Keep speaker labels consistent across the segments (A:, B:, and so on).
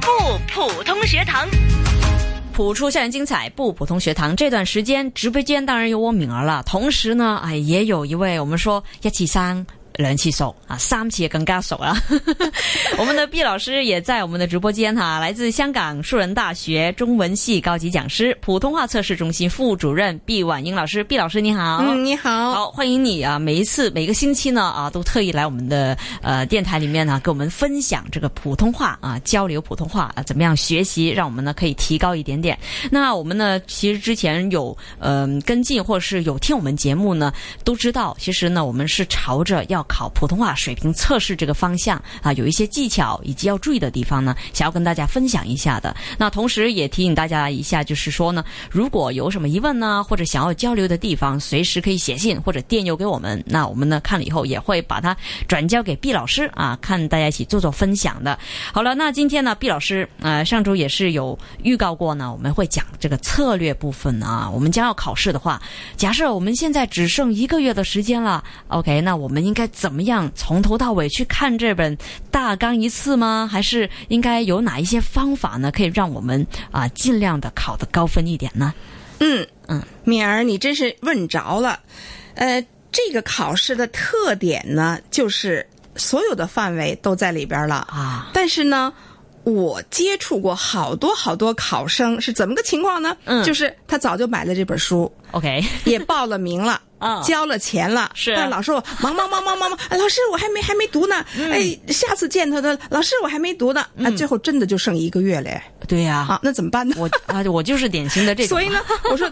A: 普通学堂。
B: 普出校园精彩不普通学堂这段时间，直播间当然有我敏儿了，同时呢，哎，也有一位我们说一次生。两次熟啊，三次也更加熟了。 我们的毕老师也在我们的直播间哈，来自香港树人大学中文系高级讲师、普通话测试中心副主任毕婉英老师。毕老师你好，
C: 嗯，你好，
B: 好，欢迎你啊！每一次每个星期呢啊，都特意来我们的呃电台里面呢，给我们分享这个普通话啊，交流普通话啊，怎么样学习，让我们呢可以提高一点点。那我们呢，其实之前有嗯、跟进或是有听我们节目呢，都知道，其实呢我们是朝着要考普通话水平测试这个方向啊，有一些技巧以及要注意的地方呢，想要跟大家分享一下的。那同时也提醒大家一下，就是说呢，如果有什么疑问呢，或者想要交流的地方，随时可以写信或者电邮给我们。那我们呢看了以后也会把它转交给毕老师啊，看大家一起做做分享的。好了，那今天呢，毕老师呃上周也是有预告过呢，我们会讲这个策略部分啊。我们将要考试的话，假设我们现在只剩一个月的时间了，OK，那我们应该怎么样从头到尾去看这本大纲一次吗？还是应该有哪一些方法呢，可以让我们啊尽量的考得高分一点呢？
C: 嗯
B: 嗯，
C: 敏儿，你真是问着了。呃，这个考试的特点呢，就是所有的范围都在里边了。
B: 啊，
C: 但是呢，我接触过好多好多考生是怎么个情况呢？
B: 嗯
C: 就是他早就买了这本 书，
B: OK，
C: 也报了名了。
B: 啊
C: 交了钱了，
B: 是啊
C: 但老师我忙忙忙忙忙忙，哎老师我还没还没读呢，
B: 嗯
C: 哎，下次见他的老师我还没读呢，啊，最后真的就剩一个月了，哎
B: 对呀、
C: 啊，那怎么办呢？
B: 我啊我就是典型的这种，啊
C: 所以呢，我说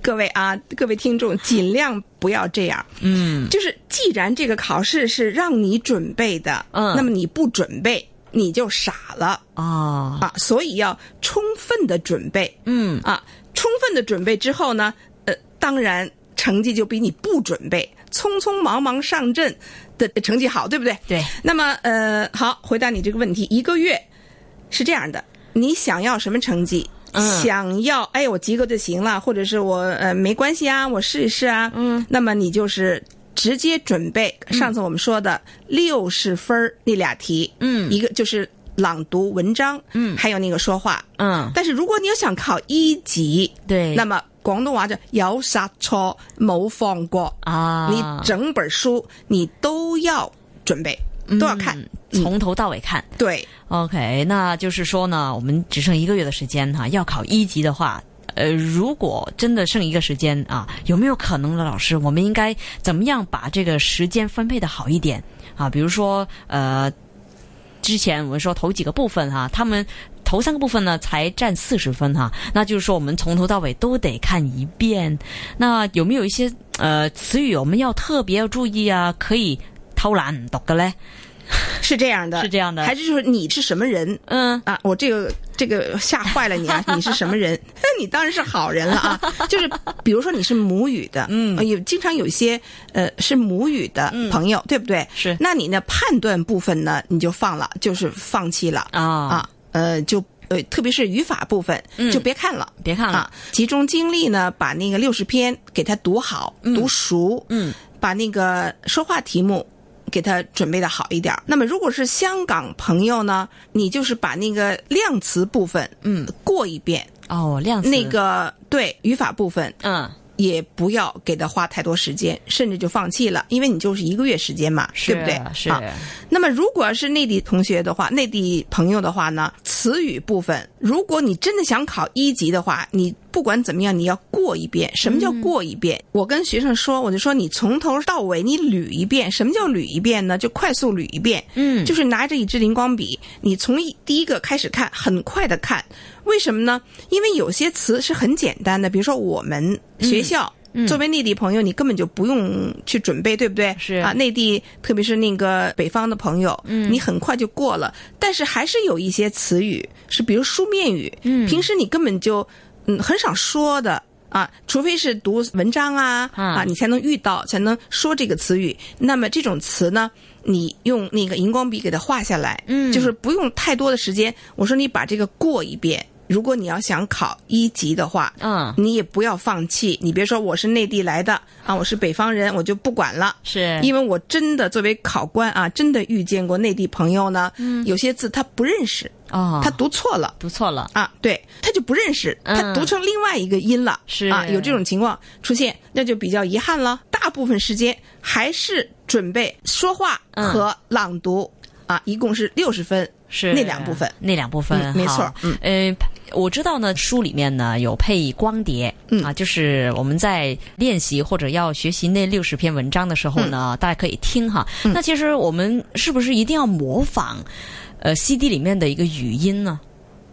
C: 各位啊，各位听众，尽量不要这样。
B: 嗯，
C: 就是既然这个考试是让你准备的，
B: 嗯
C: 那么你不准备你就傻了
B: 啊，
C: 啊，所以要充分的准备
B: 嗯
C: 啊，充分的准备之后呢，呃，当然成绩就比你不准备匆匆忙忙上阵的呃成绩好，对不对？
B: 对。
C: 那么呃，好，回答你这个问题，一个月是这样的，你想要什么成绩？
B: 嗯
C: 想要哎，我及格就行了，或者是我呃没关系啊，我试一试啊。嗯，那么你就是直接准备上次我们说的六十分儿那俩题，
B: 嗯
C: 一个就是朗读文章，嗯，还有那个说话。
B: 嗯，
C: 但是如果你要想考一级，
B: 对，
C: 那么广东话就有杀错冇放过，
B: 啊，
C: 你整本书你都要准备，都要看。
B: 嗯从头到尾看。
C: 对，
B: OK，那就是说呢，我们只剩一个月的时间哈、要考一级的话。呃，如果真的剩一个时间啊，有没有可能呢？老师，我们应该怎么样把这个时间分配的好一点啊？比如说，呃，之前我们说头几个部分哈、他们头三个部分呢才占四十分哈、那就是说我们从头到尾都得看一遍。那有没有一些呃词语我们要特别要注意啊？可以偷懒唔读嘅咧？
C: 是这样的，
B: 是这样的
C: 还是就是你是什么人
B: 嗯
C: 啊？我这个这个吓坏了 你啊！你是什么人？ 你当然是好人了啊！就是比如说你是母语的，嗯，有经常有一些呃是母语的
B: 嗯
C: 朋友，对不对？
B: 是
C: 那你呢判断部分呢你就放了，就是放弃了
B: 啊嗯
C: 啊，呃就。呃，特别是语法部分，就别看了，
B: 别看了
C: 啊！集中精力呢，把那个六十篇给它读好、读熟，
B: 嗯，
C: 把那个说话题目给它准备的好一点儿。那么如果是香港朋友呢，你就是把那个量词部分，嗯，过一遍，
B: 哦，量词
C: 那个对语法部分
B: 嗯。
C: 也不要给它花太多时间，甚至就放弃了，因为你就是一个月时间嘛，
B: 是
C: 对不对？
B: 是
C: 啊那么，如果是内地同学的话，内地朋友的话呢，词语部分，如果你真的想考一级的话，你不管怎么样，你要过一遍。什么叫过一遍？我跟学生说，我就说你从头到尾你捋一遍。什么叫捋一遍呢？就快速捋一遍。
B: 嗯
C: 就是拿着一支荧光笔，你从一第一个开始看，很快的看。为什么呢？因为有些词是很简单的，比如说我们学校。
B: 嗯
C: 作为内地朋友，你根本就不用去准备，对不对？
B: 是
C: 啊，内地特别是那个北方的朋友，嗯，你很快就过了。但是还是有一些词语是，比如书面语，嗯，平时你根本就嗯很少说的啊，除非是读文章啊
B: 啊
C: 啊，你才能遇到，才能说这个词语。那么这种词呢，你用那个荧光笔给它画下来，嗯，就是不用太多的时间。我说你把这个过一遍。如果你要想考一级的话，
B: 嗯，
C: 你也不要放弃。你别说我是内地来的啊，我是北方人，我就不管了。
B: 是，
C: 因为我真的作为考官啊，真的遇见过内地朋友呢，有些字他不认识，
B: 嗯哦，
C: 他读错了。
B: 读错了，
C: 啊，对，他就不认识，
B: 嗯
C: 他读成另外一个音了，
B: 是
C: 啊，有这种情况出现，那就比较遗憾了。大部分时间还是准备说话
B: 嗯
C: 和朗读，啊，一共是六十分，
B: 是
C: 那两部分，
B: 那两部分，
C: 嗯没错
B: 好呃，我知道呢，书里面呢有配光碟，
C: 嗯
B: 啊，就是我们在练习或者要学习那六十篇文章的时候呢，
C: 嗯
B: 大家可以听哈。那其实我们是不是一定要模仿呃 CD 里面的一个语音呢？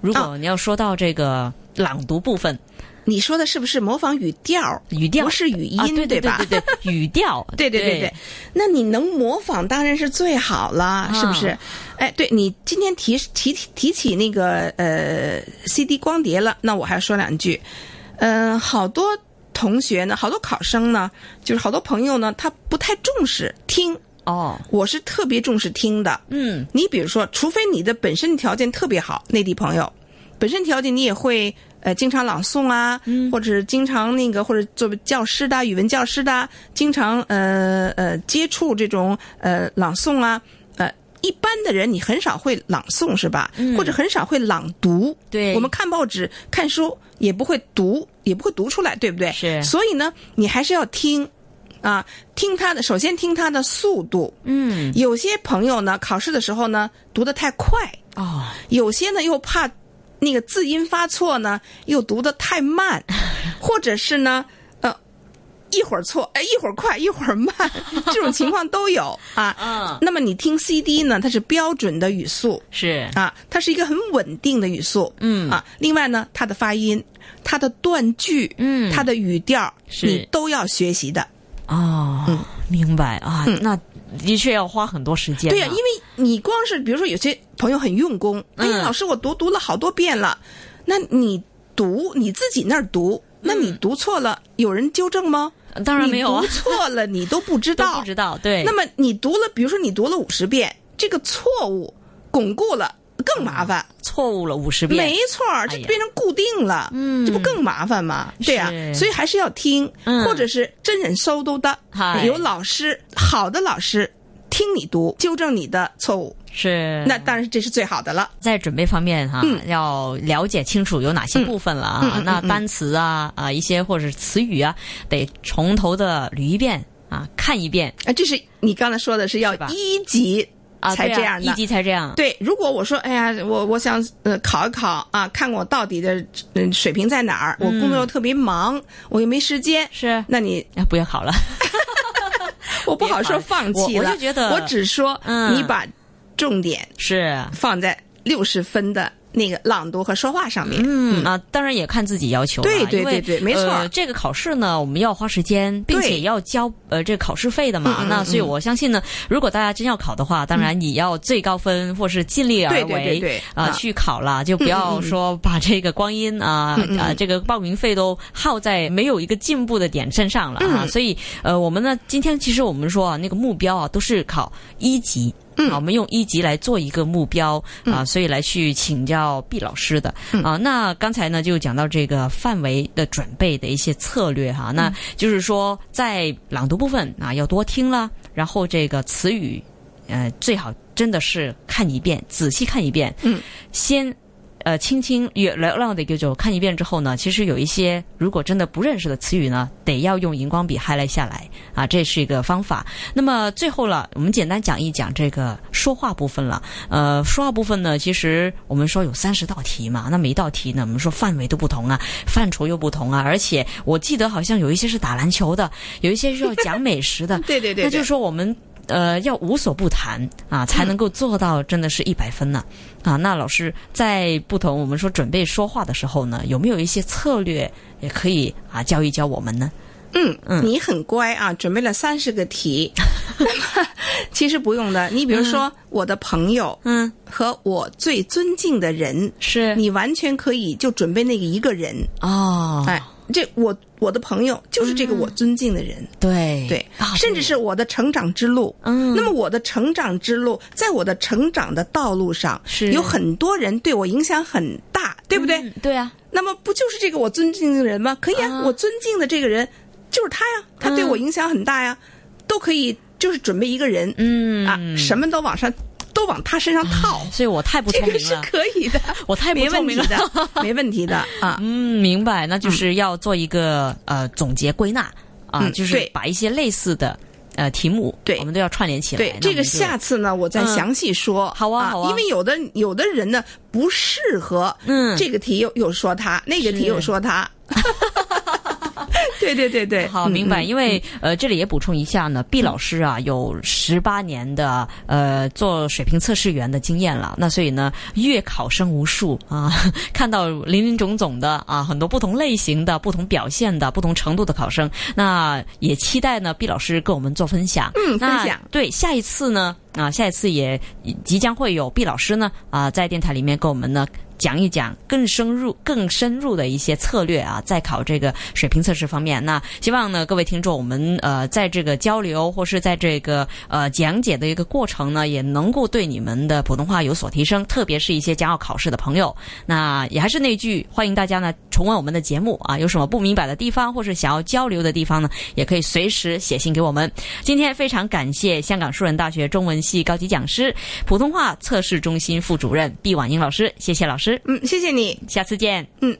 B: 如果
C: 啊
B: 你要说到这个朗读部分，
C: 你说的是不是模仿语调儿？
B: 语调
C: 不是语音，
B: 啊，对对
C: 吧？
B: 对对，语调，
C: 对对对对，那你能模仿当然是最好了，是不是？哎，对你今天提提提起那个呃 CD 光碟了，那我还说两句。嗯、好多同学呢，好多考生呢，就是好多朋友呢，他不太重视听，
B: 哦，
C: 我是特别重视听的。
B: 嗯，
C: 你比如说，除非你的本身条件特别好，内地朋友本身条件你也会呃经常朗诵啊，
B: 嗯
C: 或者是经常那个或者做教师的啊语文教师的啊，经常呃呃接触这种呃朗诵啊，呃一般的人你很少会朗诵是吧？或者很少会朗读。
B: 嗯对
C: 我们看报纸、看书也不会读，也不会读出来，对不对？
B: 是
C: 所以呢，你还是要听。啊，听他的，首先听他的速度，
B: 嗯，
C: 有些朋友呢，考试的时候呢，读得太快；
B: 哦，
C: 有些呢，又怕那个字音发错呢，又读得 太慢，或者是呢，呃，一会儿错，哎，一会儿快，一会 儿慢，这种情况都有啊
B: 嗯。
C: 那么你听 CD 呢，它是标准的语速，
B: 是，
C: 啊，它是一个很稳定的语速，
B: 嗯
C: 啊，另外呢，它的发音、它的断句，
B: 嗯
C: 它的语调，
B: 是
C: 你都要学习的。
B: 哦，
C: 嗯
B: 明白啊，那的确要花很多时间啊。
C: 对呀、因为你光是比如说有些朋友很用功，哎呀，
B: 嗯
C: 老师我读读了好多遍了，那你读你自己那儿读，那你读错了，有人纠正吗？
B: 嗯当然没有啊
C: 你读 错了你都不知
B: 都
C: 道
B: 不。知道，哎对，
C: 那么你读了，比如说你读了五十遍，这个错误巩固了，更麻烦。
B: 错误了五十遍，
C: 没错儿，
B: 嗯
C: 这
B: 哎呀
C: 变成固定了，
B: 嗯
C: 这不更麻烦吗？对呀、
B: 是
C: 所以还是要听，
B: 嗯
C: 或者是真人收都的
B: 嗨，
C: 有老师好的老师听你读，纠正你的错误，
B: 是
C: 那当然这是最好的了。
B: 在准备方面哈、
C: 嗯
B: 要了解清楚有哪些部分了啊。
C: 嗯嗯嗯
B: 那单词啊啊一些或者是词语啊，得从头的捋一遍啊，看一遍
C: 啊，这是你刚才说的是要
B: 是吧
C: 一级
B: 啊，
C: 才
B: 对啊
C: 这样的。
B: 一级才这样。
C: 对，如果我说，哎呀，我我想呃考一考啊，看我到底的嗯水平在哪儿，我工作又特别忙，我又没时间，
B: 是，
C: 那你
B: 啊，不要考了。
C: 我不好说
B: 别
C: 放
B: 烦
C: 弃
B: 我我
C: 了，
B: 就觉得
C: 我只说
B: 嗯
C: 你把重点
B: 是，
C: 放在六十分的那个朗读和说话上面。
B: 嗯啊，当然也看自己要求啦。
C: 对对
B: 因为
C: 对对没错
B: 呃这个考试呢，我们要花时间，并
C: 对
B: 且要交呃这个考试费的嘛。
C: 嗯嗯
B: 那
C: 嗯
B: 所以我相信呢，如果大家真要考的话，当然你要最高分或是尽力而为
C: 对对对对
B: 啊
C: 啊
B: 去考啦，就不要说把这个光阴啊
C: 嗯
B: 啊这个报名费都耗在没有一个进步的点身上了啊。
C: 嗯
B: 所以呃，我们呢今天其实我们说啊，那个目标啊都是考一级。
C: 嗯
B: 啊，我们用一级来做一个目标啊，所以来去请教毕老师的
C: 嗯
B: 啊。那刚才呢就讲到这个范围的准备的一些策略哈、
C: 嗯
B: 那就是说在朗读部分啊要多听啦，然后这个词语呃最好真的是看一遍，仔细看一遍，
C: 嗯，，
B: 先。呃，轻轻略略略的就就看一遍之后呢，其实有一些如果真的不认识的词语呢，得要用荧光笔 highlight 下来啊，这是一个方法。那么最后了，我们简单讲一讲这个说话部分了。呃，说话部分呢，其实我们说有三十道题嘛，那每一道题呢，我们说范围都不同啊，范畴又不同啊，而且我记得好像有一些是打篮球的，有一些是要讲美食的
C: 对对对嗯
B: 那就是
C: 是
B: 说我们。呃，要无所不谈啊，才能够做到真的是一百分呢、啊。那老师在不同我们说准备说话的时候呢，有没有一些策略也可以啊教一教我们呢？
C: 嗯你很乖啊，准备了三十个 题。其实不用的，你比如说我的朋友
B: 嗯，
C: 和我最尊敬的人，
B: 是
C: 你完全可以就准备那个一个人。
B: 哦，
C: 哎，这我我的朋友就是这个我尊敬的人，
B: 对
C: 对
B: 啊，
C: 甚至是我的成长之路。
B: 嗯，
C: 那么我的成长之路，在我的成长的道路上，
B: 是
C: 有很多人对我影响很大，对不对？
B: 嗯对啊，
C: 那么不就是这个我尊敬的人吗？可以啊，
B: 啊嗯
C: 我尊敬的这个人就是他呀，他对我影响很大呀，都可以就是准备一个人，
B: 嗯
C: 啊，什么都往上都往他身上套，
B: 所以我太不
C: 这
B: 聪
C: 个
B: 明
C: 是
B: 了，
C: 可以的，
B: 我太不
C: 没
B: 聪
C: 问
B: 明
C: 题
B: 了。
C: 的， 没问 题的啊。
B: 嗯，明白，那就是要做一个、呃总结归纳啊、
C: 嗯
B: 就是
C: 对
B: 把一些类似的呃题目，
C: 对
B: 我们都要串联起来。
C: 对
B: 哎那，
C: 这
B: 我们
C: 个
B: 就
C: 下次呢，我再
B: 嗯
C: 详细说。
B: 好啊好啊
C: 因为有的有的人呢不适合，
B: 嗯
C: 这个题又又说他，那个
B: 是
C: 题又说他。 对对对对，
B: 好，
C: 嗯
B: 明白。
C: 嗯
B: 因为呃，这里也补充一下呢，毕老师啊有十八年的呃做水平测试员的经验了，那所以呢，月考生无数啊， 看到林林总总的啊，很多不同类型的、不同表现的、不同程度的考生，那也期待呢，毕老师跟我们做分享。
C: 嗯
B: 那
C: 分享
B: 对下一次呢啊，下一次也即将会有毕老师呢啊在电台里面跟我们呢。讲一讲更深入、更深入的一些策略啊，在考这个水平测试方面。那希望呢，各位听众，我们呃，在这个交流或是在这个呃讲解的一个过程呢，也能够对你们的普通话有所提升，特别是一些将要考试的朋友。那也还是那句，欢迎大家呢重温我们的节目啊，有什么不明白的地方或是想要交流的地方呢，也可以随时写信给我们。今天非常感谢香港树人大学中文系高级讲师、普通话测试中心副主任毕婉英老师，谢谢老师，
C: 嗯，谢谢你，
B: 下次见。
C: 嗯，